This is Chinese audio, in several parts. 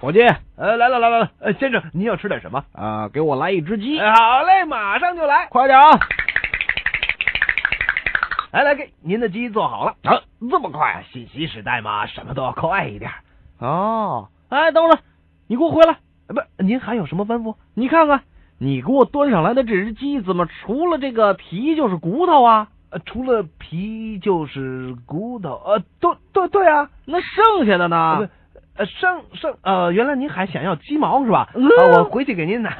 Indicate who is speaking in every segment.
Speaker 1: 伙计，
Speaker 2: 呃，来了来了来了，呃，先生，您要吃点什么？
Speaker 1: 啊，给我来一只鸡，
Speaker 2: 哎好嘞，马上就来。
Speaker 1: 快点啊！
Speaker 2: 来来，给您的鸡做好了。
Speaker 1: 啊，这么快
Speaker 2: 哎，信息时代嘛，什么都要快一点。
Speaker 1: 啊？哦，哎，等会儿，你给我回来，
Speaker 2: 呃不，您还有什么吩咐？
Speaker 1: 你看看，你给我端上来的这只鸡，怎么除了这个皮就是骨头啊？
Speaker 2: 呃，除了皮就是骨头，呃，对对对啊，
Speaker 1: 那剩下的
Speaker 2: 啊
Speaker 1: 呢？，
Speaker 2: 呃，剩剩呃，原来您还想要鸡毛是吧？
Speaker 1: 嗯
Speaker 2: 啊我回去给您拿。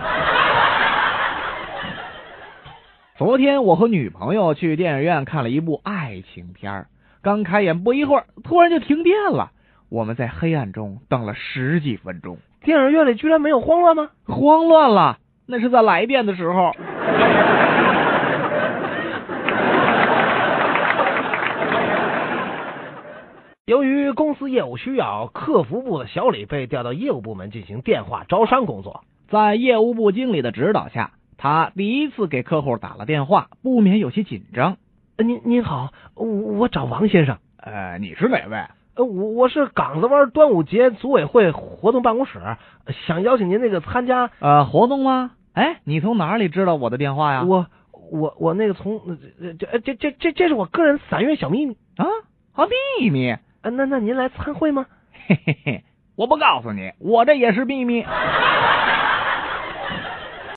Speaker 1: 昨天我和女朋友去电影院看了一部爱情片儿，刚开演不一会儿，突然就停电了。我们在黑暗中等了十几分钟，
Speaker 2: 电影院里居然没有慌乱吗？
Speaker 1: 慌乱了。那是在来电的时候。
Speaker 2: 由于公司业务需要，客服部的小李被调到业务部门进行电话招商工作。
Speaker 1: 在业务部经理的指导下，他第一次给客户打了电话，不免有些紧张。
Speaker 2: 呃您您好，我我找王先生。
Speaker 1: 呃，你是哪位？
Speaker 2: 呃，我我是港子湾端午节组委会活动办公室，呃想邀请您那个参加。
Speaker 1: 呃，活动吗？哎，你从哪里知道我的电话呀？
Speaker 2: 我我我那个从呃这呃这这这这是我个人散月小秘密。呃
Speaker 1: 啊，啊，秘密。
Speaker 2: 啊，那那您来参会吗？
Speaker 1: 嘿嘿嘿，我不告诉你，我这也是秘密。